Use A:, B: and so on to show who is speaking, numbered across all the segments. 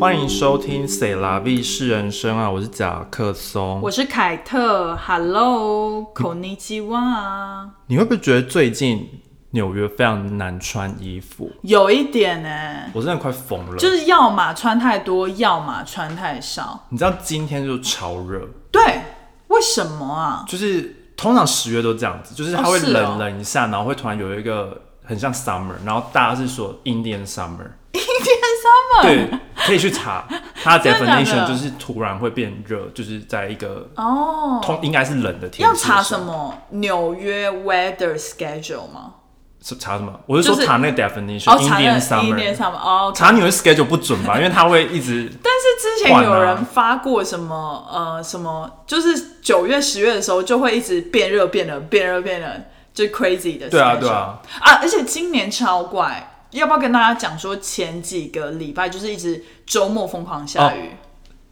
A: 欢迎收听《塞拉 V 是人生》啊，我是贾克松。
B: 我是凯特，Hello，口尼基哇，
A: 你会不会觉得最近纽约非常难穿衣服？
B: 有一点呢、
A: 我真的快疯了。
B: 就是要么穿太多，要么穿太少。
A: 你知道今天就超热，
B: 对，为什么啊？
A: 就是通常十月都这样子，就是它会
B: 哦是哦
A: 冷冷一下，然后会突然有一个很像 summer，然后大家是说 Indian summer，对，可以去 查它的
B: 哦真的假的
A: definition，就是突然会变热，就是在一个
B: 哦，
A: 通应该是冷的天气
B: 要
A: 的时候。
B: 查什么纽约 weather schedule 吗？
A: 是查什么？我是说
B: 就是
A: 查那个 definition，、
B: 哦，查了
A: Indian
B: 一
A: summer，
B: 年 summer 哦。
A: 查你的 schedule 不准吧？因为它会一直
B: 但是之前
A: 换啊
B: 有人发过什么、呃什么，就是九月十月的时候就会一直变热变冷变热变冷，就是 crazy 的 schedule。
A: 对啊对啊，
B: 啊，而且今年超怪，要不要跟大家讲说前几个礼拜就是一直周末疯狂下雨？
A: 哦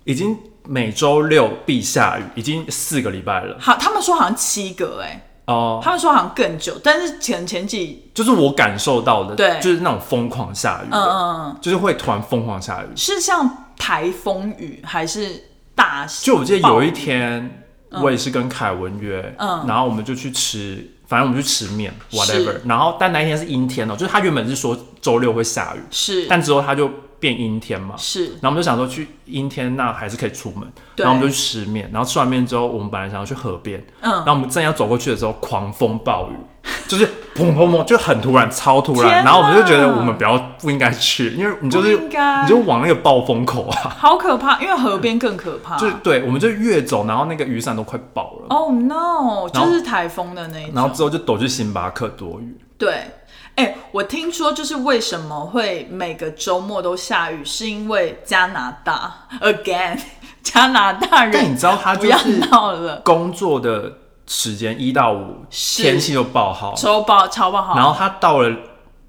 A: 已经每周六必下雨，已经四个礼拜了
B: 好，他们说好像七个哎、欸，
A: 哦、
B: 他们说好像更久，但是前前几
A: 就是我感受到的，
B: 对
A: 就是那种疯狂下雨，
B: 嗯嗯嗯，
A: 就是会突然疯狂下雨。
B: 是像台风雨还是大？
A: 就我记得有一
B: 暴雨
A: 天，我也是跟凯文约，
B: 嗯
A: 然后我们就去吃，反正我们去吃面
B: 是
A: ，whatever。然后但那一天是阴天哦、就是他原本是说周六会下雨，
B: 是
A: 但之后他就变阴天嘛，
B: 是
A: 然后我们就想说去阴天那还是可以出门，
B: 对
A: 然后我们就去吃面，然后吃完面之后，我们本来想要去河边，
B: 嗯
A: 然后我们正要走过去的时候，狂风暴雨，就是砰砰砰，就很突然，超突然，
B: 天哪
A: 然后我们就觉得我们不要不应该去，因为你就是
B: 不应该
A: 你就往那个暴风口啊，
B: 好可怕，因为河边更可怕。
A: 就是对，我们就越走，然后那个雨伞都快爆了，
B: Oh no！
A: 然后
B: 就是台风的那一
A: 然后
B: 种。
A: 之后就躲去星巴克躲雨，
B: 对，哎、我听说就是为什么会每个周末都下雨，是因为加拿大 again，加 拿大
A: 但你
B: 人
A: 知道他
B: 不
A: 就
B: 要
A: 是
B: 闹了，
A: 工作的时间一到五，
B: 是
A: 天气又爆好，
B: 周报超不
A: 然
B: 好。
A: 后他到了，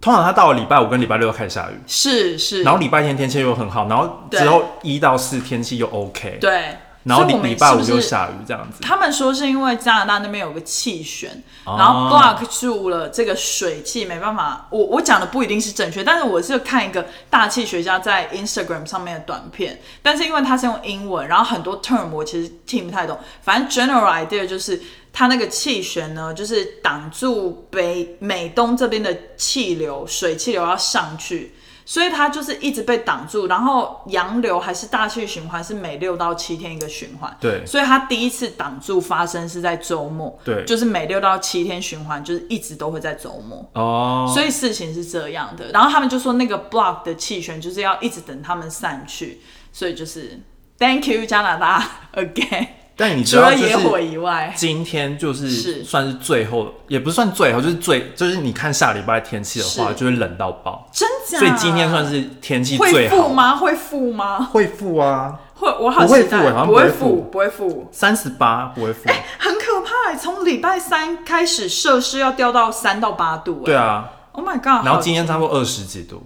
A: 通常他到了礼拜五跟礼拜六开始下雨，
B: 是是，
A: 然后礼拜天天气又很好，然后之后一到四天气又 OK，
B: 对，
A: 然后
B: 所以
A: 礼
B: 我们
A: 礼拜五
B: 是
A: 又
B: 不是
A: 下雨这样子。
B: 他们说是因为加拿大那边有个气旋，
A: 哦
B: 然后 block 住了这个水汽，没办法。我我讲的不一定是正确，但是我是看一个大气学家在 Instagram 上面的短片，但是因为他是用英文，然后很多 term 我其实听不太懂。反正 general idea 就是它那个气旋呢，就是挡住北美东这边的气流，水气流要上去。所以它就是一直被挡住，然后洋流还是大气循环是每六到七天一个循环，
A: 对
B: 所以他第一次挡住发生是在周末，
A: 对
B: 就是每六到七天循环，就是一直都会在周末。
A: 哦，
B: 所以事情是这样的，然后他们就说那个 block 的气旋就是要一直等他们散去，所以就是 Thank you 加拿大 again，
A: 但你知
B: 除
A: 道
B: 了
A: 就
B: 野火
A: 是
B: 以外，
A: 今天就是
B: 是
A: 算是最后，也不是算最后，就是最就是你看下礼拜天气的话，
B: 是
A: 就会冷到爆，
B: 真假？
A: 所以今天算是天气
B: 会
A: 最
B: 付
A: 好。
B: 吗？会付吗？
A: 会付啊，
B: 会，我好
A: 不会
B: 期待
A: 付好像
B: 不
A: 不会
B: 会
A: 付
B: 付，不会付。
A: 三十八不会付。
B: 很可怕，欸从礼拜三开始摄氏要掉到三到八度。
A: 对啊，
B: ，Oh my god！
A: 然后
B: 好
A: 今天差不多二十几度，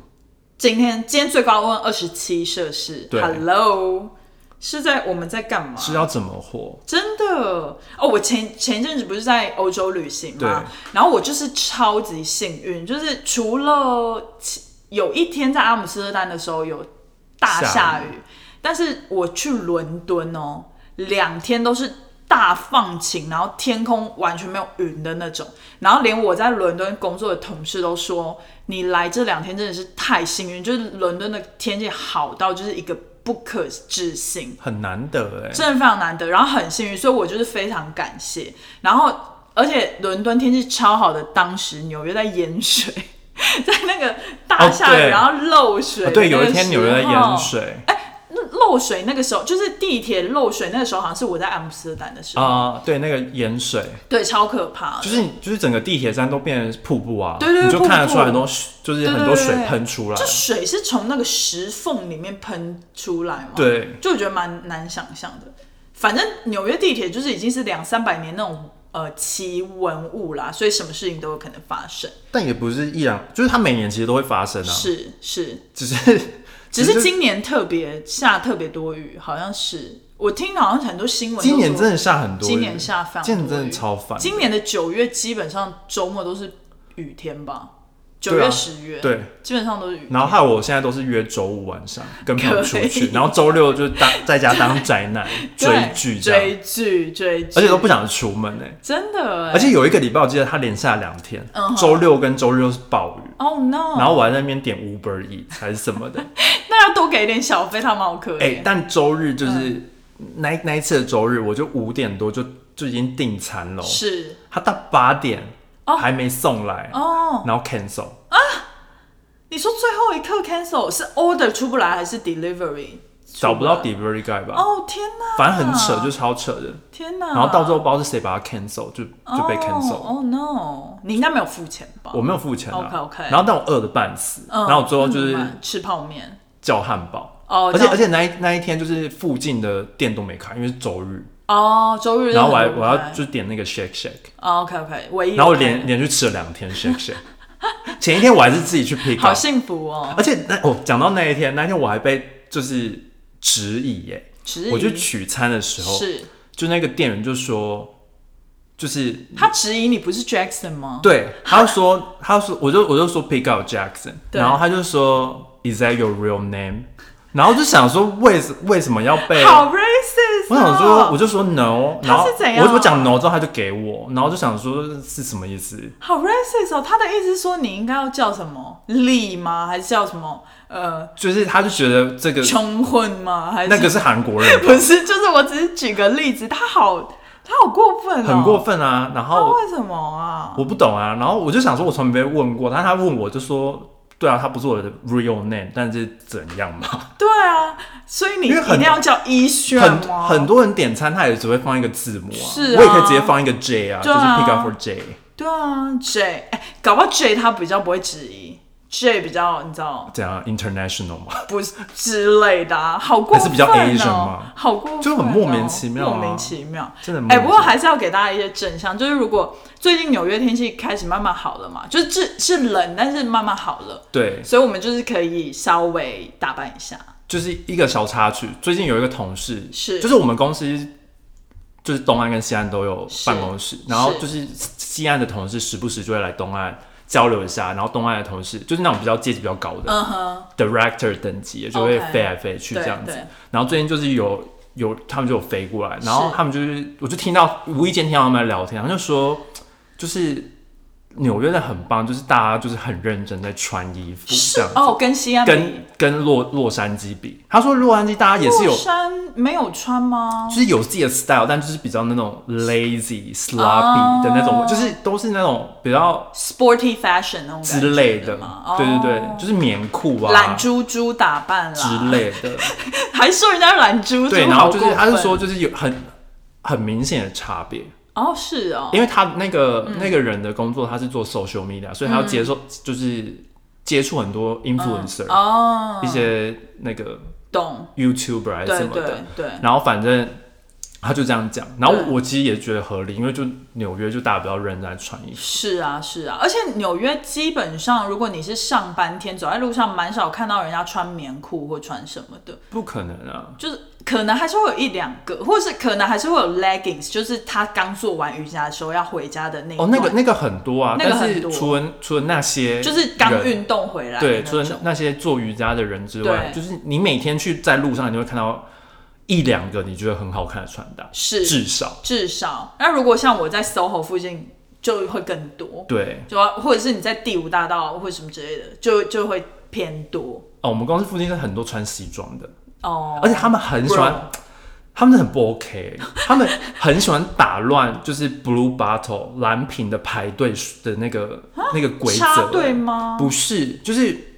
B: 今天今天最高温二十七摄氏
A: 对
B: ，Hello，是在我们在干嘛？
A: 是要怎么活？
B: 真的哦，我前前一阵子不是在欧洲旅行嘛，然后我就是超级幸运，就是除了其有一天在阿姆斯特丹的时候有大
A: 下
B: 下雨，但是我去伦敦哦，两天都是大放晴，然后天空完全没有云的那种，然后连我在伦敦工作的同事都说，你来这两天真的是太幸运，就是伦敦的天气好到就是一个不可置信。
A: 很难得哎、
B: 真的非常难得，然后很幸运，所以我就是非常感谢。然后，而且伦敦天气超好的，当时纽约在淹水， 在那个大下
A: 哦
B: 雨、
A: 对
B: 然后漏水、
A: 啊对，有一天纽约在淹。水
B: 那漏水那个时候，就是地铁漏水那个时候，好像是我在阿姆斯特丹的时候，
A: 啊、对，那个淹水，
B: 对，超可怕的。
A: 就是你就是整个地铁站都变成瀑布啊，
B: 对对对
A: 你就看得出来很多
B: 瀑
A: 水就是很多水喷出来
B: 就，水是从那个石缝里面喷出来嘛，
A: 对，
B: 就我觉得蛮难想象的。反正纽约地铁就是已经是两三百年那种呃奇闻物啦，所以什么事情都有可能发生。
A: 但也不是一两，就是它每年其实都会发生啊，
B: 是是，
A: 只是
B: 只
A: 就是
B: 今年特别下特别多雨，好像是我听好像很多新闻都说，
A: 今年真的下很多雨，
B: 今年下非常多
A: 今
B: 雨
A: 年真的超烦，
B: 今年的九月基本上周末都是雨天吧。九月、十月，
A: 对，
B: 基本上都是雨。
A: 然后害我现在都是约周五晚上跟朋友出
B: 可以
A: 去，然后周六就当在家当宅男追
B: 对
A: 剧这样，
B: 追剧、追剧，
A: 而且都不想出门哎、
B: 真的、欸，
A: 而且有一个礼拜我记得他连下两天
B: 嗯哼，
A: 周、六跟周日都是暴雨。
B: Oh no！
A: 然后我还在那边点 Uber E 还是什么的，
B: 那要多给一点小费，他们好可怜。
A: 哎、但周日就是、
B: 嗯
A: 那一那一次的周日，我就五点多就就已经订餐了，
B: 是
A: 他到八点
B: 哦
A: 还没送来，
B: 哦，
A: 然后 cancel，
B: 你说最后一刻 cancel 是 order 出不来还是 delivery
A: 找不到
B: 底？
A: delivery guy 吧，
B: 哦天哪！
A: 反正很扯，就超扯的。
B: 天哪！
A: 然后到最后不知道是谁把它 cancel，就就被 cancel 了。
B: 哦、oh, no！你应该没有付钱吧？
A: 我没有付钱啊。
B: OK，OK
A: 然后但我饿的半死，
B: 嗯
A: 然后我最后就
B: 那怎么
A: 是
B: 办吃泡面。
A: 叫汉堡。
B: 哦
A: 而且
B: 叫
A: 而且那一那一天就是附近的店都没开，因为是周日。
B: 哦，周日。
A: 然后我还我要就点那个 shake shake，
B: OK OK，唯一。哦
A: 然后我连连续吃了两天 shake shake。前一天我还是自己去 pick
B: 好
A: up，
B: 幸福哦，
A: 而且那哦讲到那一天，那一天我还被就是质疑耶。
B: 质疑
A: 我去取餐的时候，
B: 是
A: 就那个店员就说，就是
B: 他质疑你不是 Jackson 吗？
A: 对，他就说，他就说，我就我就说 pick out Jackson，
B: 对
A: 然后他就说 Is that your real name？然后就想说为什为什么要被？
B: 好 racist 哦、
A: 我想说，我就说 no，然后
B: 他是怎样
A: 我我讲 no 之后他就给我，然后就想说是什么意思？
B: 好 racist 哦，他的意思是说你应该要叫什么李吗？还是叫什么呃
A: 就是他就觉得这个
B: 穷混吗？还是
A: 那个是韩国人
B: ，不是？就是我只是举个例子，他好他好过分哦，
A: 很过分啊。然
B: 他
A: 后
B: 为什么啊？
A: 我不懂啊，然后我就想说，我从来没被问过，但他问我就说。对啊，他不是我的 real name，但是怎样嘛？
B: 对啊，所以你一
A: 因为很
B: 定要叫一轩
A: 很
B: 吗？
A: 很多人点餐，他也只会放一个字母啊，
B: 是啊
A: 我也可以直接放一个 J 啊，
B: 对啊
A: 就是 pick up for J。
B: 对啊，J 哎、搞不好 J 他比较不会质疑，J 比较你知道
A: 怎样啊 international 嘛？
B: 不是之类的、啊，好过分、哦、
A: 还是比较 Asian 嘛
B: 好过分、哦，
A: 就很莫名其妙啊嗯
B: 莫名其妙。
A: 真的很莫
B: 哎、
A: 名其妙
B: 不过还是要给大家一些正向，就是如果最近纽约天气开始慢慢好了嘛，就是是是冷，但是慢慢好了，
A: 对，
B: 所以我们就是可以稍微打扮一下。
A: 就是一个小插曲。最近有一个同事，
B: 是
A: 就是我们公司就是东岸跟西岸都有
B: 是
A: 办公室，然后就是西岸的同事时不时就会来东岸交流一下，然后东岸的同事就是那种比较阶级比较高的、
B: 嗯哼，
A: director 等级的，就会
B: OK
A: 飞来飞去
B: 对
A: 这样子
B: 对。
A: 然后最近就是有有他们就有飞过来，然后他们就是我就听到无意间听到他们在聊天，然后就说就是纽约的很棒，就是大家就是很认真在穿衣服
B: 是
A: 这样子。
B: 哦，跟西安比
A: 跟跟洛洛杉矶比，他说洛杉矶大家也是有
B: 洛，杉没有穿吗
A: 就？是有自己的 style，但就是比较那种 lazy、
B: 哦
A: sloppy 的那种，就是都是那种比较
B: sporty fashion 那种感觉
A: 之类的
B: 嘛，哦、
A: 对对对，就是棉裤
B: 懒
A: 啊
B: 猪猪打扮啦
A: 之，类的。
B: 还说人家懒猪猪，
A: 对， 然后就
B: 好
A: 是
B: 过
A: 他
B: 分
A: 是说就是有很很明显的差别，
B: 哦嗯是哦，
A: 因为他那个、那个人的工作他是做 social media，所以他要接受、就是接触很多 influencer、
B: 嗯哦
A: 一些那个
B: 懂，
A: YouTuber 还是什
B: 对
A: 么的，
B: 对对，
A: 然后反正。他就这样讲，然后
B: 对
A: 我我其实也觉得合理，因为就纽约就大家比较认真在穿衣服，
B: 是啊是啊，而且纽约基本上如果你是上半天走在路上，蛮少看到人家穿棉裤或穿什么的，
A: 不可能啊，
B: 就是可能还是会有一两个，或是可能还是会有 leggings，就是他刚做完瑜伽的时候要回家的那一
A: 哦，那个那个很多啊，
B: 那个
A: 但
B: 很
A: 是
B: 多
A: 除了除了那些
B: 就是刚
A: 人
B: 运动回来
A: 对，
B: 的
A: 除
B: 那
A: 了
B: 种，
A: 那些做瑜伽的人之外，
B: 对
A: 就是你每天去在路上，你会看到一两个你觉得很好看的穿搭，
B: 是
A: 至少
B: 至少。那如果像我在 SOHO 附近，就会更多。
A: 对
B: 就要或者是你在第五大道或什么之类的，就就会偏多
A: 哦。我们公司附近是很多穿西装的，
B: 哦。
A: 而且他们很喜欢，他们很不 OK，他们很喜欢打乱就是 blue bottle 蓝瓶的排队的那个那个规
B: 啊插
A: 则，
B: 队吗？
A: 不是，就是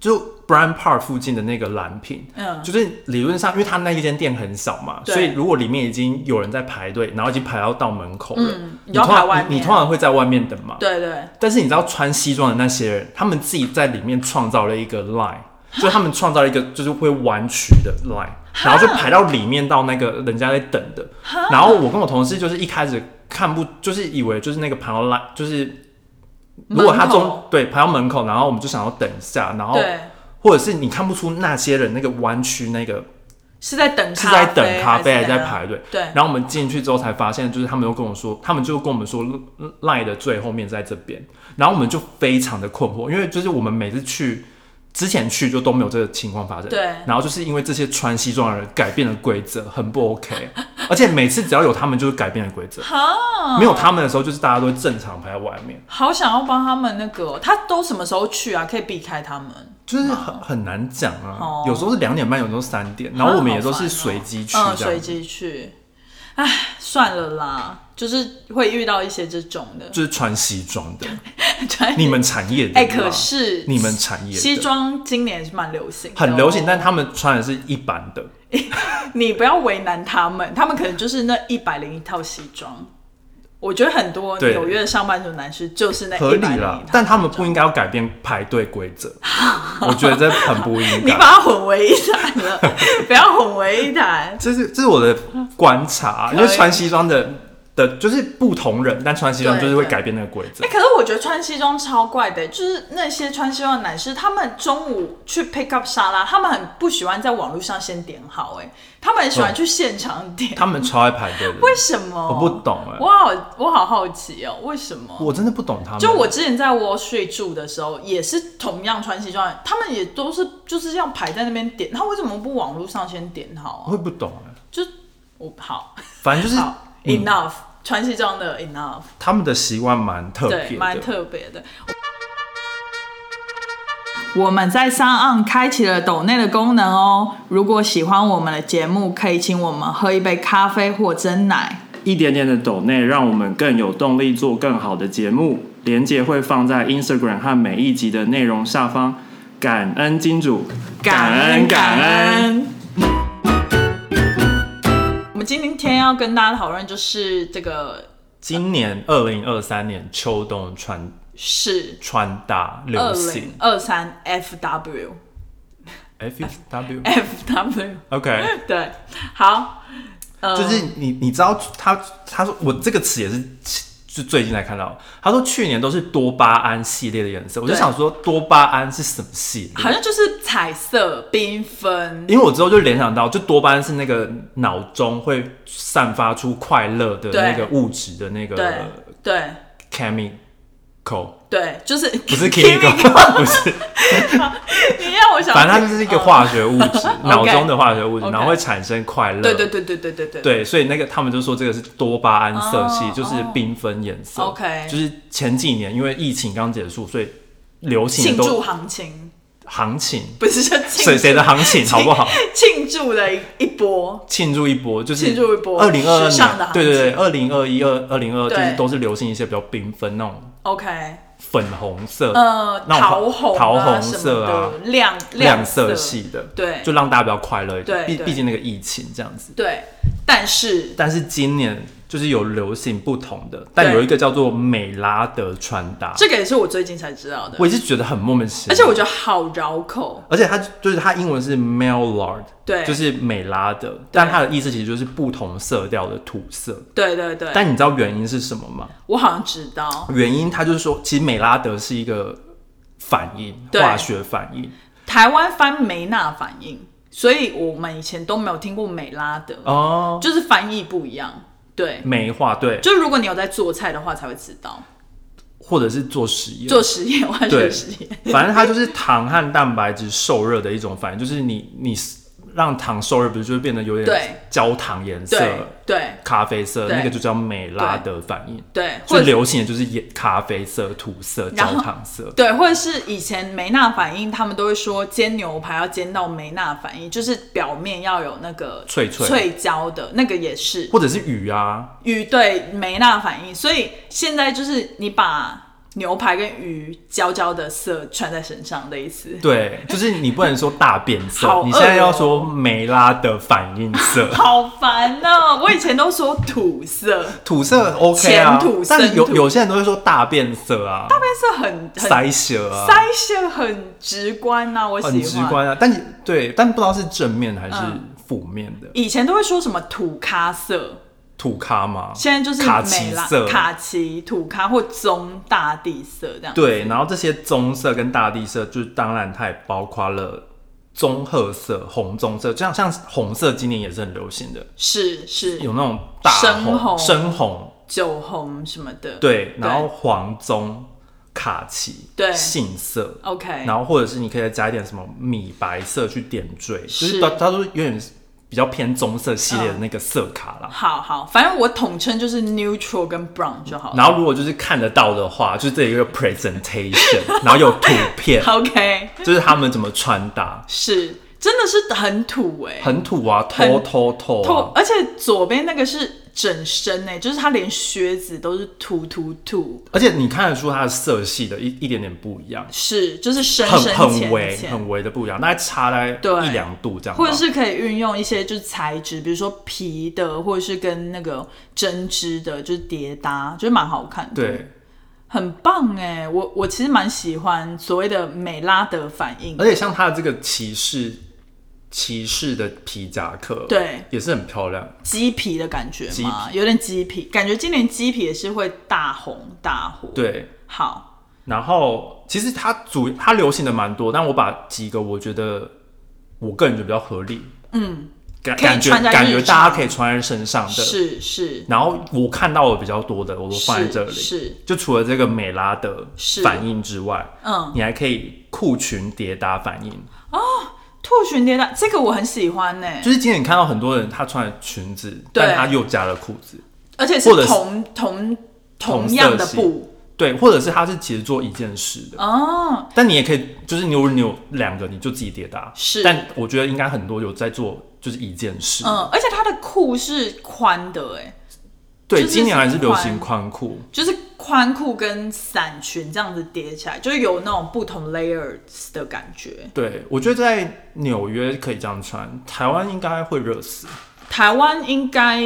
A: 就 Brand Park 附近的那个蓝瓶，
B: 嗯
A: 就是理论上，因为他那一间店很小嘛，
B: 对
A: 所以如果里面已经有人在排队，然后已经排到到门口了，
B: 嗯
A: 你
B: 你就要
A: 通
B: 排外
A: 常你
B: 面
A: 你通常会在外面等嘛。
B: 对对，
A: 但是你知道穿西装的那些人，他们自己在里面创造了一个 line，就是他们创造了一个就是会弯曲的 line，然后就排到里面到那个人家在等的。然后我跟我同事就是一开始看不，就是以为就是那个排到 line，就是如果他
B: 门
A: 中
B: 口
A: 对排到门口，然后我们就想要等一下，然后
B: 对
A: 或者是你看不出那些人那个弯曲那个
B: 是在等
A: 是在等咖
B: 咖
A: 啡还是
B: 是
A: 在
B: 怎样
A: 排队？
B: 对
A: 然后我们进去之后才发现，就是他们又跟我说，他们就跟我们说嗯赖的最后面在这边，然后我们就非常的困惑，因为就是我们每次去之前去就都没有这个情况发生，
B: 对
A: 然后就是因为这些穿西装的人改变了规则，很不 OK，而且每次只要有他们就是改变了规则，没有他们的时候就是大家都会正常排在外面，
B: 好想要帮他们那个哦、他都什么时候去啊？可以避开他们。
A: 就是很很难讲啊，
B: 哦
A: 有时候是两点半，有时候三点，然后我们也都是随机去
B: 嗯，
A: 这
B: 随
A: 样。
B: 机去。唉，算了啦，就是会遇到一些这种的。
A: 就是穿西装 的，
B: 穿
A: 你们产业的
B: 哎、
A: 啦，
B: 可是
A: 你们产业的
B: 西装今年是蛮流行的哦、
A: 很流行，但他们穿的是一般的，
B: 你不要为难他们，他们可能就是那一百零一套西装。我觉得很多
A: 对
B: 纽约的上班族男士就是那
A: 合
B: 一
A: 理
B: 百
A: 啦
B: 零一。套。
A: 但他们不应该要改变排队规 则，我觉得这很不应
B: 你
A: 该。
B: 把它混为一谈了， 不要混为一谈。
A: 这是这是我的观 察，
B: 可以
A: 因为穿西装的的，就是不同人，但穿西装就是会改变那个规则
B: 哎、。可是我觉得穿西装超怪的、就是那些穿西装的男士，他们中午去 pick up 沙拉，他们很不喜欢在网络上先点好、哎，他们很喜欢去现场点，
A: 他们超爱排队的，
B: 为什么？
A: 哦我不懂哎、
B: 我好我好好奇哦、为什么？
A: 我真的不懂他们。
B: 就我之前在 Wall Street 住的时候，也是同样穿西装的，他们也都是就是这样排在那边点，他为什么不网络上先点好啊？
A: 会不懂哎、
B: 就我好
A: 反正就是嗯
B: 好、enough 嗯穿西装的 enough。
A: 他们的习惯蛮特别
B: 对，
A: 的，
B: 蛮特别的。我们在上岸开启了抖内的功能哦。如果喜欢我们的节目，可以请我们喝一杯咖啡或蒸奶。
C: 一点点的抖内，让我们更有动力做更好的节目。连接会放在 Instagram 和每一集的内容下方。感恩金主，感恩。
B: 我们今天要跟大家讨论就是这个
A: 今年二零二三年秋冬穿
B: 是
A: 穿搭
B: 二
A: 流
B: 零
A: 行
B: 二三 FW
A: F W
B: FW
A: OK。
B: 对，好，呃，
A: 就是你你知道他他说我这个词也是就最近才看到，他说去年都是多巴胺系列的颜色，我就
B: 对
A: 想说多巴胺是什么系
B: 好
A: 列？
B: 像就是彩色缤纷，
A: 因为我之后就联想到，就多巴胺是那个脑中会散发出快乐的
B: 对
A: 那个物质的那
B: 对
A: 个
B: 对
A: chemical，
B: 对，就是
A: 不是
B: Kimiko
A: chemical，不是，
B: 你让我想起，
A: 反正它就是一个
B: 嗯
A: 化学物 质，脑中的化学物质，
B: OK
A: 然后会产生快乐。
B: 对对对对对对对。
A: 对，所以那个他们就说这个是多巴胺色系，
B: 哦
A: 就是缤纷颜色。
B: OK
A: 就是前几年因为疫情刚结束，所以流行
B: 庆
A: 的
B: 祝
A: 都
B: 行情
A: 行情，
B: 不是就
A: 谁
B: 庆
A: 谁的行 情好不好？
B: 庆祝了一一波，
A: 庆祝一波，就是
B: 庆祝一波
A: 二零二二
B: 时尚的
A: 年，
B: 行
A: 对对对，二零二一、二二零二，就
B: 对
A: 是都是流行一些比较缤纷那种
B: OK，
A: 粉红色、
B: 呃，
A: 那种
B: 桃红、啊、
A: 桃红色啊
B: 什么的亮
A: 亮
B: 色
A: 色系的，
B: 对
A: 就让大家比较快乐一点。
B: 对
A: 毕
B: 对
A: 毕竟那个疫情这样子。
B: 对，但是
A: 但是今年就是有流行不同的，但
B: 对
A: 有一个叫做美拉德穿搭，
B: 这个也是我最近才知道的
A: 我，也是觉得很莫名其妙。
B: 而且我觉得好绕口，
A: 而且它就是它英文是 Mellard，
B: 对
A: 就是美拉德，但它的意思其实就是不同色调的土色。
B: 对对对，
A: 但你知道原因是什么吗？
B: 我好像知道
A: 原因它就是说，其实美拉德是一个反应，
B: 对
A: 化学反应。
B: 台湾翻梅纳反应，所以我们以前都没有听过美拉德，
A: 哦，嗯
B: 就是翻译不一样，对，
A: 梅化对，
B: 就如果你有在做菜的话才会知道，
A: 或者是做实验。
B: 做实验化学
A: 对
B: 实验。
A: 反正它就是糖和蛋白质受热的一种反应，就是你你让糖受热，不是就会变得有
B: 对
A: 点焦糖颜
B: 对
A: 色、
B: 对
A: 咖啡色，
B: 对
A: 那个就叫美拉德反应。
B: 对，
A: 最
B: 或者
A: 流行的就是也咖啡色、土色、
B: 然
A: 焦
B: 后
A: 糖色，
B: 对，或者是以前梅纳反应，他们都会说煎牛排要煎到梅纳反应，就是表面要有那个
A: 脆脆
B: 脆焦的那个也是
A: 或者是鱼啊，
B: 鱼对梅纳反应，所以现在就是你把牛排跟鱼焦焦的色穿在身上的意思。
A: 对，就是你不能说大变
B: 好
A: 色，
B: 饿。
A: 你现在要说梅拉德反应色
B: 好烦哦！我以前都说土色，
A: 土色 OK 啊
B: 浅土，深
A: 但
B: 土
A: 有有些人都会说大变色啊，
B: 但是很很
A: 塞舌啊，
B: 腮线很直观呐、我喜欢。 嗯
A: 很直观啊。但你对，但不知道是正面还是负面的。
B: 以前都会说什么土咖色，
A: 土咖嘛，
B: 现在就是
A: 卡
B: 美
A: 其
B: 拉
A: 色，
B: 卡其、土咖或棕大地色这样。
A: 对，然后这些棕色跟大地色，就是当然它也包括了棕褐色、红棕色，这样像红色今年也是很流行的，
B: 是是
A: 有那种大
B: 深红
A: 红、深红，
B: 酒红什么的，
A: 对，然
B: 对
A: 后黄棕、卡其、
B: 对
A: 杏色，
B: ，OK，
A: 然后或者是你可以再加一点什么米白色去点缀，就是是它它都有点比较偏棕色系列的那个色卡啦。
B: 好好，反正我统称就是 neutral 跟 brown 就好了。
A: 然后如果就是看得到的话，就是这一个 presentation，然 后有图片，
B: OK，
A: 就是他们怎么穿搭，
B: 是真的是很土哎、
A: 很土啊，
B: 很
A: 偷偷偷
B: 土
A: 啊，，
B: 而且左边那个是整身哎、就是他连靴子都是土土土，
A: 而且你看得出它的色系的一一点点不一样，
B: 是就是深
A: 很
B: 深
A: 很
B: 浅
A: 微
B: 浅，
A: 很微的不一样，大概差大概
B: 对
A: 一两度这样吧，
B: 或者是可以运用一些就是材质，比如说皮的，或者是跟那个针织的，就是叠搭，就是蛮好看的。
A: 对。
B: 很棒哎，我我其实蛮喜欢所谓的美拉德反应，
A: 而且像它的这个骑士骑士的皮夹克，
B: 对，
A: 也是很漂亮。
B: 鸡皮的感觉
A: 鸡
B: 嘛，有点鸡皮，感觉今年鸡皮也是会大红大火。，
A: 对，
B: 好，
A: 然后其实它主它流行的蛮多，但我把几个我觉得我个人觉得比较合理，嗯，感
B: 可以
A: 感觉
B: 穿在日
A: 感觉
B: 常
A: 大家可以穿在身上的。
B: 是是
A: 然后我看到的比较多的，我都放在
B: 是
A: 这里。
B: 是，
A: 就除了这个美拉德
B: 是
A: 反应之外，
B: 嗯，
A: 你还可以裤裙叠搭反应。
B: 兔裙跌打这个我很喜欢欸呢，
A: 就是今年你看到很多人他穿了裙子，但他又加了裤子，
B: 而且
A: 或者
B: 是
A: 是
B: 同
A: 同
B: 同同样的
A: 色系
B: 布
A: 对，或者是他是其实做一件事的。
B: 哦，
A: 但你也可以，就是你有你有两个，你就自己跌打。
B: 是
A: 但我觉得应该很多有在做，就是一件事。
B: 嗯，而且它的裤是宽的哎，
A: 对，
B: 就是
A: 今年还是流行宽裤，
B: 就是宽裤跟伞裙这样子叠起来，就是有那种不同 layers 的感觉。
A: 对我觉得在纽约可以这样穿，台湾应该会热死。
B: 台湾应该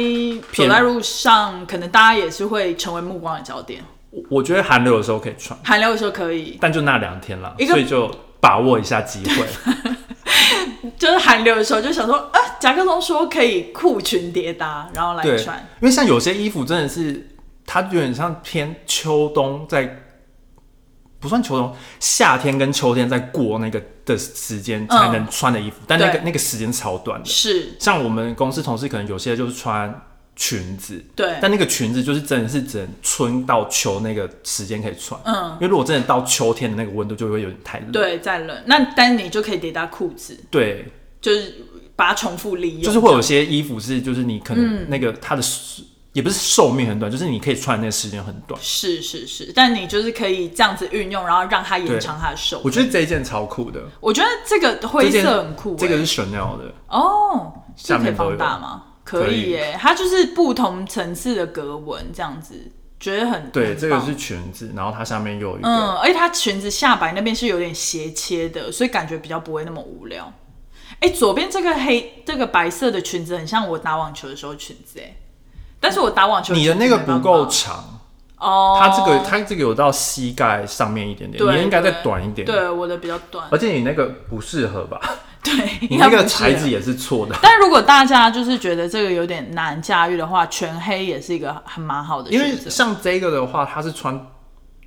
B: 走在路上，可能大家也是会成为目光的焦点。
A: 我我觉得寒流的时候可以穿，
B: 寒流的时候可以，
A: 但就那两天啦，
B: 一个
A: 所以就把握一下机会。
B: 就是寒流的时候就想说，啊，夹克松说可以裤裙叠搭，然后来
A: 对，
B: 穿。
A: 因为像有些衣服真的是，它有点像偏秋冬在。不算秋冬，夏天跟秋天在过那个的时间才能穿的衣服，但那个
B: 嗯对
A: 那个时间超短的，
B: 是，
A: 像我们公司同事可能有些就是穿裙子，
B: 对，
A: 但那个裙子就是真的是只能春到秋那个时间可以穿，
B: 嗯，
A: 因为如果真的到秋天的那个温度就会有点太冷，
B: 对，再冷。那但你就可以叠搭裤子，
A: 对，
B: 就是把它重复利用，
A: 就是会有些衣服是就是你可
B: 嗯
A: 能那个它的寿、也不是寿命很短，就是你可以穿的那个时间很短。
B: 是是是，但你就是可以这样子运用，然后让它延长它的寿
A: 我。觉得这一件超酷的，
B: 我觉得这个灰
A: 这件
B: 色很酷
A: 这
B: 欸、
A: 个是 Chanel 的，
B: 哦，这
A: 下
B: 可以
A: 面都
B: 放
A: 有
B: 大吗？
A: 可
B: 可以
A: 以
B: 耶，它就是不同层次的格纹这样子，觉得很
A: 对，
B: 很
A: 这个
B: 棒
A: 是裙子，然后它下面又有一个，
B: 嗯，而且它裙子下摆那边是有点斜切的，所以感觉比较不会那么无聊。哎、左边这个黑这个白色的裙子很像我打网球的时候裙子哎，但是我打网球
A: 你的
B: 裙子
A: 那个
B: 没办
A: 不够
B: 法
A: 长，
B: 哦，
A: 它这个它这个有到膝盖上面一点点，
B: 对
A: 你应该再
B: 对
A: 短一点，
B: 对我的比较短，
A: 而且你那个不适合吧？
B: 对
A: 你那
B: 应该
A: 个
B: 不是
A: 材质也是错 的，
B: 但如果大家就是觉得这个有点难驾驭的话，全黑也是一个很蛮好的
A: 因为
B: 选择。
A: 像这个的话，它是穿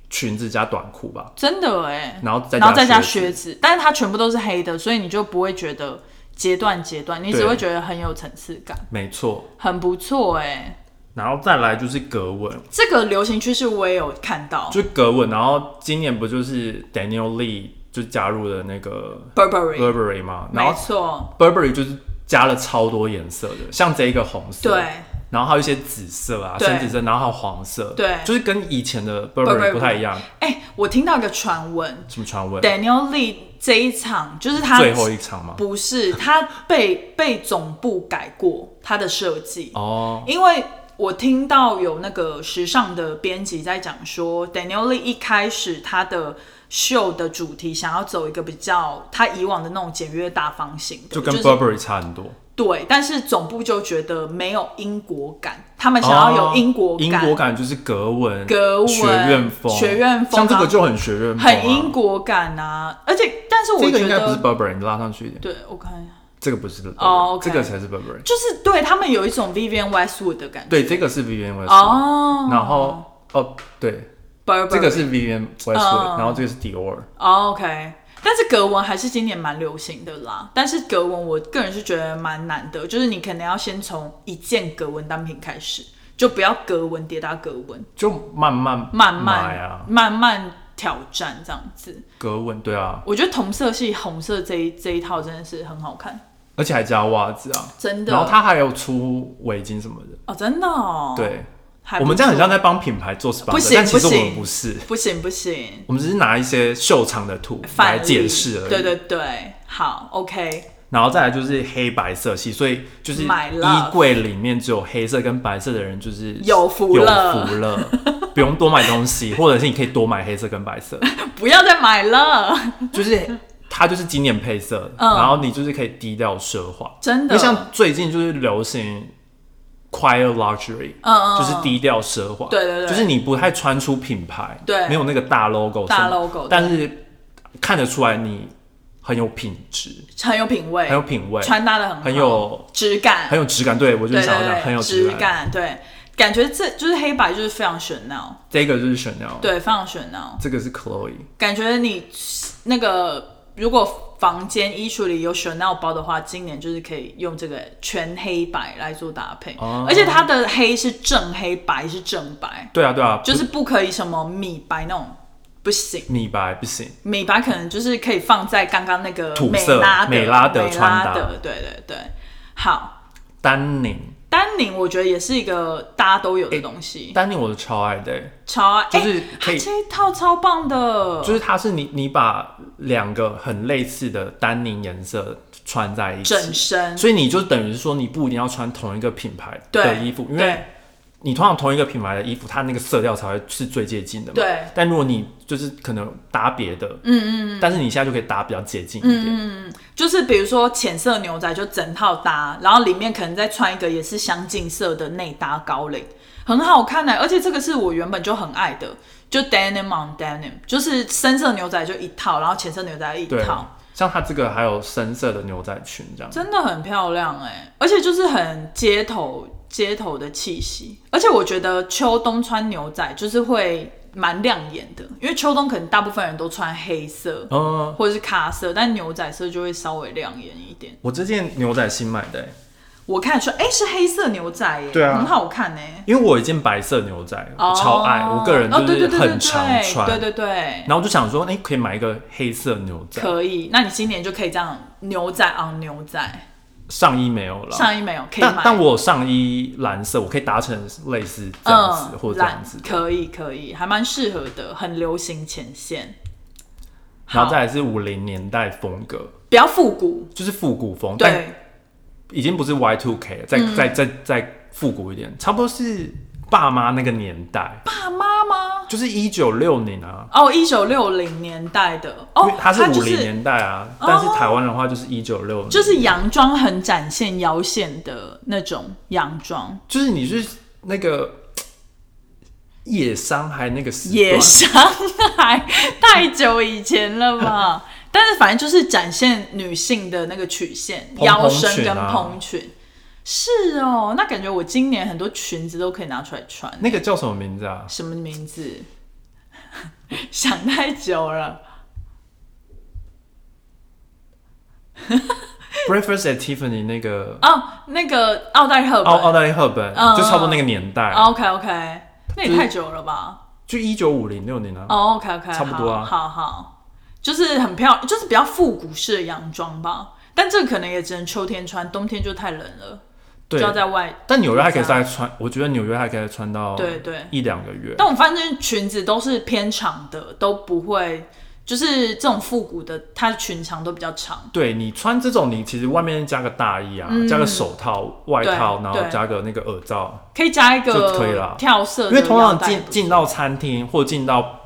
A: 裙子加短裤吧，
B: 真的哎、
A: 然后再
B: 然后再加
A: 靴
B: 靴子，但是它全部都是黑的，所以你就不会觉得截断截断，你只
A: 对
B: 会觉得很有层次感，
A: 没错。
B: 很不错哎、
A: 然后再来就是格纹，
B: 这个流行趋势我也有看到
A: 就格纹。然后今年不就是 Daniel Lee 就加入了那个
B: ，Burberry，
A: Burberry 嘛，然
B: 没
A: 后
B: 错，
A: Burberry 就是加了超多颜色的，像这一个红色，
B: 对，
A: 然后还有一些紫色啊，
B: 对
A: 深紫色，然后还有黄色，
B: 对
A: 就是跟以前的
B: Burberry
A: Burberry 不太一样。
B: 哎、我听到一个传闻
A: 什么传闻？
B: ，Daniel Lee 这一场就是他
A: 最后一场吗？
B: 不是他被被总部改过他的设计，
A: 哦，
B: 因为我听到有那个时尚的编辑在讲说，Daniel Lee 一开始他的秀的主题想要走一个比较他以往的那种简约大方型的，
A: 就跟
B: 是
A: Burberry 差很多。
B: 对，但是总部就觉得没有英国感，他们想要有英国
A: 哦英
B: 感，
A: 国感就是格纹、
B: 格纹
A: 学院风、
B: 学院风
A: 像这个就很学院风、啊，
B: 很英。国感啊！而且，但是我
A: 这个
B: 觉
A: 应该不是
B: 得，
A: Burberry，你拉上去一点，
B: 对我看一下，
A: 这个不是 Burberry，
B: 哦，OK
A: 这个才是 Burberry。
B: 就是对他们有一种 Vivian Westwood 的感觉，
A: 对，这个是 Vivian Westwood，、
B: 哦，
A: 然后哦，对，
B: Burberry
A: 这个是 Vivian Westwood，、
B: 嗯
A: 然后这个是 Dior，
B: 哦 OK，但是格纹还是今年蛮流行的啦。但是格纹，我个人是觉得蛮难的，就是你可能要先从一件格纹单品开始，就不要格纹叠搭格纹，
A: 就慢慢
B: 慢
A: 买
B: 慢、
A: 啊，
B: 慢慢挑战这样子。
A: 格纹对啊，
B: 我觉得同色系红色这一这一套真的是很好看，
A: 而且还加袜子啊，
B: 真的。
A: 然后它还有出围巾什么的，
B: 哦，真的哦。，
A: 对，
B: 还不
A: 我们这样很像
B: 错
A: 在帮品牌做 sponsor，
B: 不行
A: 但其实
B: 不
A: 我
B: 行
A: 们不是，
B: 不行不行，
A: 我们只是拿一些秀场的图
B: 反
A: 来
B: 例
A: 解释而已。
B: 对对对，好，OK，
A: 然后再来就是黑白色系，所以就是衣
B: My love
A: 柜里面只有黑色跟白色的人就是
B: 有福了
A: 有福了，不用多买东西，或者是你可以多买黑色跟白色，
B: 不要再买了，
A: 就是它就是经典配色，
B: 嗯
A: 然后你就是可以低调奢华，
B: 真
A: 因
B: 的。
A: 为像最近就是流行 quiet luxury，
B: 嗯嗯，嗯
A: 就是低调奢华，
B: 对对对
A: 就是你不太穿出品牌，
B: 对
A: 没有那个大 logo，
B: 大
A: 什么
B: logo，对
A: 但是看得出来你很有品质，
B: 很有品味，
A: 很有品味，
B: 穿搭的很好
A: 很有
B: 质感，
A: 很有质感。对我就是
B: 对
A: 想要讲
B: 对
A: 很有
B: 对，
A: 质
B: 质
A: 感。
B: 感对，感觉这就是黑白就是非常 Chanel，
A: 这个就是 Chanel，，
B: 对，非常 Chanel，
A: 这个是 Chloe，
B: 感觉你那个如果房间衣橱里有 Chanel 包的话，今年就是可以用这个全黑白来做搭配，
A: 哦
B: 而且它的黑是正黑，白是正白，
A: 对啊对啊，
B: 就是不可以什么米白那种。不行，
A: 米白不行，
B: 米白可能就是可以放在刚刚那个
A: 土
B: 美
A: 色
B: 拉德
A: 美拉德
B: 美
A: 穿搭
B: 德对对对，好，
A: 丹宁，
B: 丹宁我觉得也是一个大家都有的东西，
A: 丹宁我是超爱的、欸
B: 超爱，
A: 就是
B: 欸
A: 可以
B: 它这一套超棒的，
A: 就是它是你你把两个很类似的丹宁颜色穿在一
B: 整
A: 起，
B: 身，
A: 所以你就等于说你不一定要穿同一个品牌的
B: 对
A: 衣服，因为嗯
B: 对
A: 你通常同一个品牌的衣服，它那个色调才会是最接近的嘛。
B: 对。
A: 但如果你就是可能搭别的，嗯嗯，但是你现在就可以搭比较接近一
B: 嗯
A: 点，
B: 就是比如说浅色牛仔就整套搭，然后里面可能再穿一个也是相近色的内搭高领，很好看的、欸而且这个是我原本就很爱的，就 denim on denim，就是深色牛仔就一套，然后浅色牛仔一
A: 对
B: 套，。
A: 像它这个还有深色的牛仔裙这样，
B: 真的很漂亮哎、而且就是很街头街头的气息，而且我觉得秋冬穿牛仔就是会蛮亮眼的，因为秋冬可能大部分人都穿黑色
A: 嗯，
B: 或者是咖色，但牛仔色就会稍微亮眼一点。
A: 我这件牛仔新买的欸、
B: 我看说，哎、是黑色牛仔耶、
A: 对啊
B: 很好看呢、
A: 因为我有一件白色牛仔，我超爱，
B: 哦
A: 我个人
B: 哦
A: 就
B: 对
A: 是
B: 对对
A: 很常
B: 对
A: 穿，
B: 对对对，
A: 然后我就想说，哎、可以买一个黑色牛仔
B: 可以。那你今年就可以这样牛仔 on 牛仔，
A: 上衣没有了，
B: 上衣没有可以
A: 但
B: 买，
A: 但我有上衣蓝色，我可以搭成类似这样子、
B: 嗯、
A: 或者这样子
B: 懒，可以可以，还蛮适合的，很流行前线。
A: 然后
B: 好
A: 再来是五零年代风格，
B: 比较复古，
A: 就是复古风，但
B: 对，嗯
A: 已经不是 Y two K，了再、再再再复古一点，差不多是爸妈那个年代，
B: 爸妈吗？
A: 就是一九六零啊。
B: 哦，一九六零年代的
A: 因
B: 哦
A: 为，它是五
B: 就
A: 零
B: 是哦
A: 年代啊，但是台湾的话就是一九六零，
B: 就是洋装很展现腰线的那种洋装，
A: 就是你是那个嘖野伤还那个时段
B: 野伤害太久以前了吧？ 但是反正就是展现女性的那个曲线，
A: 蓬
B: 腰
A: 裙
B: 身跟
A: 啊
B: 蓬裙。是哦，那感觉我今年很多裙子都可以拿出来穿。
A: 那个叫什么名字啊？
B: 什么名字？ 想太久了。
A: Breakfast at Tiffany 那个哦
B: 哦，那个奥黛丽赫本。
A: 澳澳大利赫本，
B: 嗯哦
A: 就差不多那个年代，
B: OK OK，那也太久了吧？
A: 就一九五零六年啊。
B: 哦、o k OK，
A: 差不多啊
B: 好好好，就是很漂亮，就是比较复古式的洋装吧。但这个可能也只能秋天穿，冬天就太冷了，就
A: 对，
B: 要在外。
A: 但纽约还可以再穿，我觉得纽约还可以再穿到
B: 对对
A: 一两个月。
B: 但我发现裙子都是偏长的，都不会，就是这种复古的，它的裙长都比较长。
A: 对你穿这种，你其实外面加个大衣啊，
B: 嗯
A: 加个手套、外套，
B: 对
A: 然后
B: 对
A: 加个那个耳罩，
B: 可以加一
A: 就可以
B: 个
A: 啦
B: 跳色
A: 因
B: 的
A: 为通
B: 腰
A: 常
B: 带，
A: 进进到餐厅或进到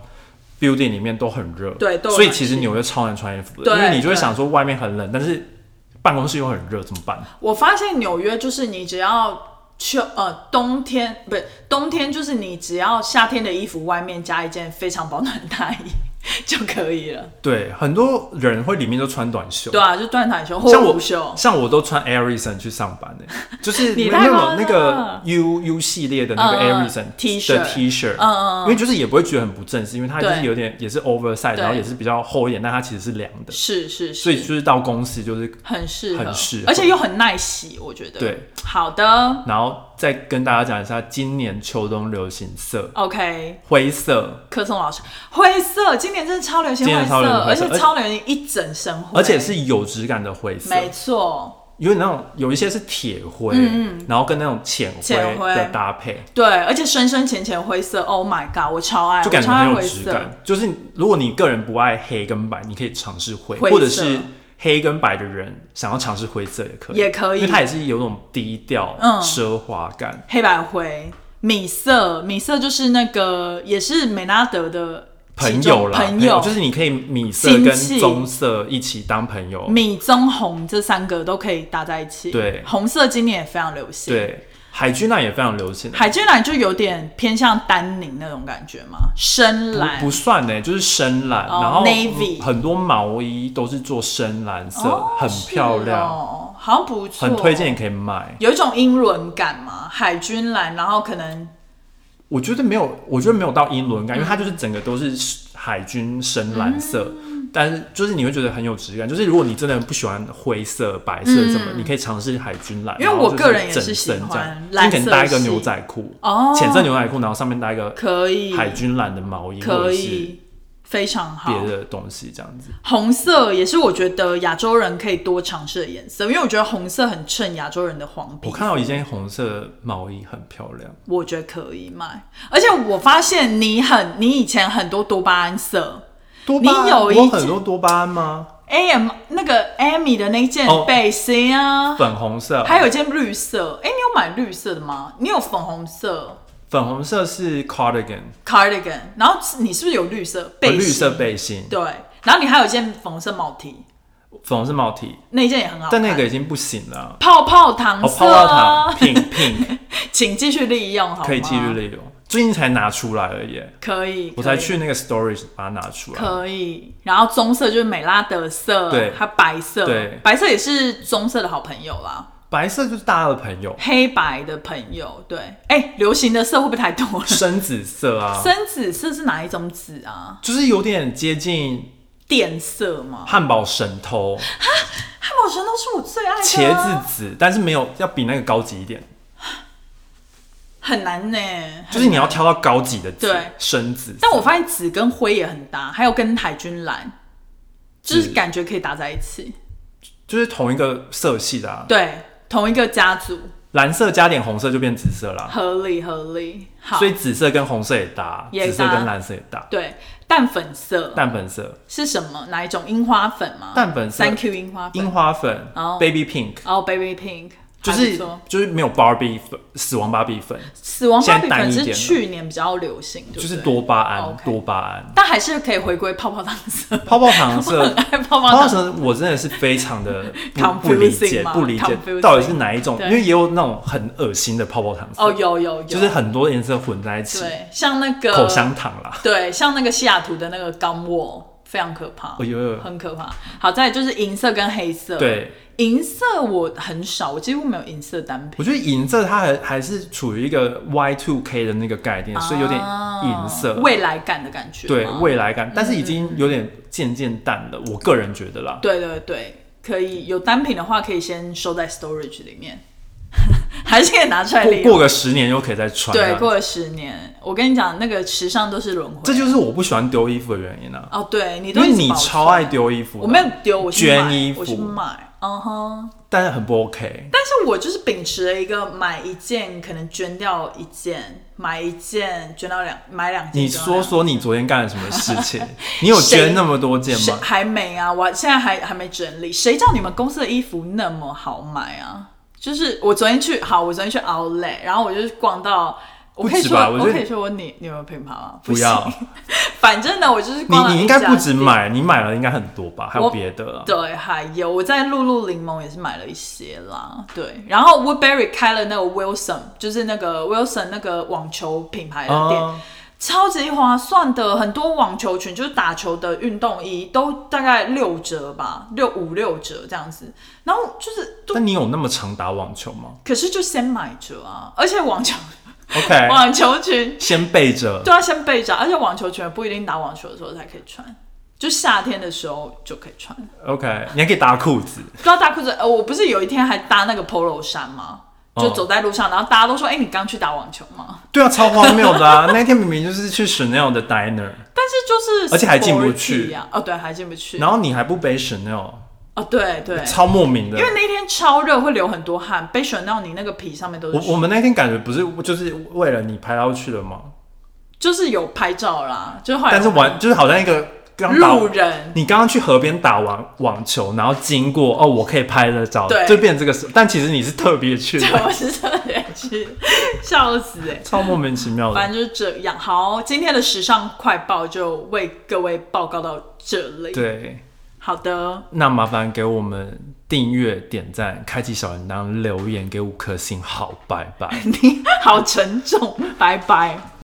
A: building 里面都很热，
B: 对都有
A: 所以
B: 暖气
A: 其实纽约超难穿衣服的，
B: 对
A: 因为你就会
B: 对
A: 想说外面很冷，但是办公室又很热，怎么办？
B: 我发现纽约就是你只要秋呃冬天不是冬天，就是你只要夏天的衣服外面加一件非常保暖的大衣， 就可以了。
A: 对，很多人会里面都穿短袖，
B: 对啊，就断短袖或
A: 像我
B: 无袖。
A: 像我都穿 Airison 去上班呢、 就是
B: 你
A: 那
B: 太夸
A: 种
B: 张
A: 那个
B: 了
A: U U 系列的那个
B: 嗯嗯
A: Airison 的
B: T 恤
A: T 恤，
B: 嗯嗯嗯
A: 因为就是也不会觉得很不正式，因为它就是
B: 对
A: 有点也是 oversize，
B: 对
A: 然后也是比较厚一点，但它其实是凉的，
B: 是是
A: 所以
B: 是，
A: 就是到公司就是，
B: 很适合，
A: 很适合
B: 而且又很耐洗，我觉得。
A: 对，
B: 好的
A: 然后再跟大家讲一下今年秋冬流行色
B: ，OK。
A: 灰色，
B: 柯颂老师，灰色今年真的超流行
A: 今
B: 灰
A: 年超流行
B: 色，
A: 灰
B: 而
A: 色
B: 且超流行一整身灰，
A: 而且是有质感的灰色，
B: 没错。
A: 有点那种有一些是铁灰，然后跟那种浅灰
B: 嗯浅灰
A: 的搭配，
B: 对，而且深深浅浅灰色，Oh my god，我超爱，
A: 就感
B: 我
A: 觉
B: 超爱
A: 很有
B: 灰
A: 质
B: 色。
A: 感。就是你如果你个人不爱黑跟白，你可以尝试灰，
B: 灰色
A: 或者是黑跟白的人想要尝试灰色也可以，
B: 也可以
A: 因为它也是有种低调、
B: 嗯
A: 奢华感。
B: 黑白灰，米色，米色就是那个也是美拉德的
A: 朋
B: 其中
A: 友啦，
B: 朋友
A: 就是你可以米色
B: 亲
A: 跟
B: 戚
A: 棕色一起当朋友，
B: 米棕红这三个都可以搭在一起。
A: 对
B: 红色今年也非常流行。，
A: 对，海军那也非常流行。
B: 海军蓝就有点偏向丹宁那种感觉嘛，深蓝
A: 不不算呢、就是深蓝，
B: 哦
A: 然后
B: navy
A: 很多毛衣都是做深蓝色，
B: 哦
A: 很漂亮，
B: 是哦，好像不错，哦
A: 很推荐，你可以买。
B: 有一种英伦感嘛，海军蓝，然后可能
A: 我觉得没有，我觉得没有到英伦
B: 嗯
A: 感，因为它就是整个都是海军深蓝色，
B: 嗯
A: 但是就是你会觉得很有质感。就是如果你真的不喜欢灰色、白色什么，你可以尝试海军蓝。
B: 嗯因为
A: 然后
B: 我
A: 就是
B: 个人也是
A: 整身
B: 喜欢
A: 这样
B: 蓝
A: 你可能
B: 色
A: 搭一个
B: 系
A: 牛仔裤，
B: 哦
A: 浅色牛仔裤，然后上面搭一个
B: 可以
A: 海军蓝的毛衣，或
B: 可
A: 者是
B: 以。非常好，
A: 别的东西这样子。
B: 红色也是我觉得亚洲人可以多尝试的颜色，因为我觉得红色很衬亚洲人的黄皮
A: 我。看到一件红色毛衣很漂亮，
B: 我觉得可以买，而且我发现你很，你以前很多多巴胺色
A: 多巴胺
B: 你有一
A: 我
B: 件
A: 很多多巴胺吗？
B: ，AM 那个 Amy 的那件
A: 哦
B: 背心啊，
A: 粉红色，
B: 还有一件绿色，哎、你有买绿色的吗？你有粉红色
A: 粉红色是 cardigan，
B: cardigan，然后你是不是有绿色背
A: 呃
B: 心？
A: 绿色背心，
B: 对，然后你还有一件粉红色毛 T，
A: 粉红色毛 T，
B: 那一件也很好看，
A: 但那个已经不行了。
B: 泡泡糖
A: 哦，
B: 色
A: 泡泡
B: 啊，
A: 糖 pink pink
B: 请继续利用好吗？
A: 可以继续利用，最近才拿出来而已，
B: 可以，
A: 我才
B: 可以
A: 去那个 storage 把它拿出来。
B: 可以，然后棕色就是美拉德色，
A: 对
B: 还有白色，
A: 对
B: 白色也是棕色的好朋友啦，
A: 白色就是大家的朋 友，
B: 黑白的朋友，对，哎、流行的色会不会太多了？
A: 深紫色啊，
B: 深紫色是哪一种紫啊？
A: 就是有点接近
B: 电色吗？
A: 汉堡神偷、
B: 汉堡神都是我最爱的、啊
A: 茄子，紫，但是没有要比那个高级一点，
B: 很难呢、
A: 就是你要挑到高级的紫，
B: 对
A: 深紫色。
B: 但我发现紫跟灰也很搭，还有跟海军蓝，就是
A: 紫
B: 感觉可以搭在一起，
A: 就是同一个色系的、啊，
B: 对，同一个家族，
A: 蓝色加点红色就变紫色啦，
B: 合理合理，好，
A: 所以紫色跟红色也搭，
B: 也搭
A: 紫色跟蓝色也搭，
B: 对淡粉色，
A: 淡粉色、
B: 是什么？哪一种樱花粉吗？
A: 淡粉色
B: 三 Q 樱花粉，
A: 樱花粉、
B: 哦
A: baby pink。
B: 然后 Baby Pink，
A: 就是
B: 还不错
A: 就是没有 Barbie 粉，死亡芭比粉，
B: 死亡芭比
A: 现在淡
B: 粉
A: 一点
B: 是
A: 了
B: 去年比较流行，对不对哦
A: 就是多，巴胺，
B: OK
A: 多巴胺，
B: 但还是可以回归泡泡糖色，
A: 泡泡糖
B: 我很
A: 色，
B: 爱 泡
A: 泡
B: 泡
A: 泡
B: 糖。
A: 糖我真的是非常 的不
B: Confusing
A: 不理解，
B: 吗
A: 不理解
B: Confusing
A: 到底是哪一种，
B: 对
A: 因为也有那种很恶心的泡泡糖
B: 哦，
A: 色，
B: 有有有，
A: 就是很多颜色混在一起，
B: 对，像那个
A: 口香糖啦，
B: 对，像那个西雅图的那个钢沃，非常可怕，
A: 哎呦
B: 很可怕。好，再来就是银色跟黑色，，
A: 对，
B: 银色我很少，我几乎没有银色单品，
A: 我觉得银色它还还是处于一个 Y two K 的那个概念，所以有点银色，
B: 未来感的啊感觉嗯吗，
A: 对未来感，但是已经有点渐渐淡了，我个人觉得啦。
B: 对对对，可以有单品的话，可以先收在 storage 里面， 还是可以拿出来
A: 过
B: 利用。
A: 过个十年又可以再穿，啊
B: 对，过了十年，我跟你讲，那个时尚都是轮回。
A: 这就是我不喜欢丢衣服的原因啊，
B: 哦，对你
A: 因
B: 都
A: 为
B: 一直
A: 你
B: 保存
A: 超爱，丢衣服的，
B: 我没有丢，我去
A: 捐
B: 买
A: 衣
B: 我去
A: 服
B: 买，嗯哼。
A: 但是很不 OK。
B: 但是我就是秉持了一个买一件可能捐掉一件，买一件捐到两，买两件。
A: 你
B: 捐
A: 说
B: 到两件
A: 说你昨天干了什么事情？你有
B: 谁
A: 捐那么多件
B: 谁
A: 吗？
B: 还没啊？我现在还还没整理。谁叫你们公司的衣服那么好买啊？就是我昨天去，好，我昨天去 Outlet，然后我就逛到，我可以
A: 不止
B: 说，
A: 吧我
B: 我
A: 觉得
B: 可以说我你你们品牌吗？
A: 不要
B: 行， 反正呢，我就是
A: 你
B: 逛到
A: 你应该
B: 一家
A: 不止
B: 店。
A: 买，你买了应该很多吧？还有
B: 我
A: 别的啊，
B: 对，还有我在露露柠檬也是买了一些啦，对。然后 Woodbury 开了那个 Wilson，就是那个 Wilson 那个网球品牌的店，
A: 啊
B: 超级划算的，很多网球裙就是打球的运动衣都大概六折吧，六五六折这样子。然后就是都，
A: 但你有那么常打网球吗
B: 可是就先买着啊，而且网球
A: ？OK，
B: 网球裙
A: 先备着。
B: 都要先备着，而且网球裙也不一定打网球的时候才可以穿，就夏天的时候就可以穿。
A: OK，你还可以搭裤子。
B: 不知道搭裤子，呃，我不是有一天还搭那个 polo 衫吗？就
A: 哦
B: 走在路上，然后大家都说：“哎、你刚去打网球吗
A: 对啊，超荒谬的 啊！那一天明明就是去 Chanel 的 diner，？”
B: 但是就是
A: 而且还进不去
B: sporty 啊！哦，对，还进不去。
A: 然后你还不背 Chanel，
B: 哦，对对，
A: 超莫名的
B: 因。为那天超热，会流很多汗，被选到你那个皮上面都是
A: 我
B: 水。
A: 我们那天感觉不是就是为了你拍到去的吗？
B: 就是有拍照啦，就是后来
A: 但是玩就是好像一个刚打
B: 路人
A: 你刚刚去河边打完网球，然后经过哦，我可以拍得照，
B: 对
A: 就变这个事。但其实你是特别去
B: 对，
A: 的，
B: 我是真的去，笑死哎、
A: 超莫名其妙的。
B: 反正就是这样。好，今天的时尚快报就为各位报告到这里。
A: 对，
B: 好的，
A: 那麻烦给我们订阅、点赞、开启小铃铛、留言，给五颗星，好，拜拜。
B: 你好沉重，拜拜。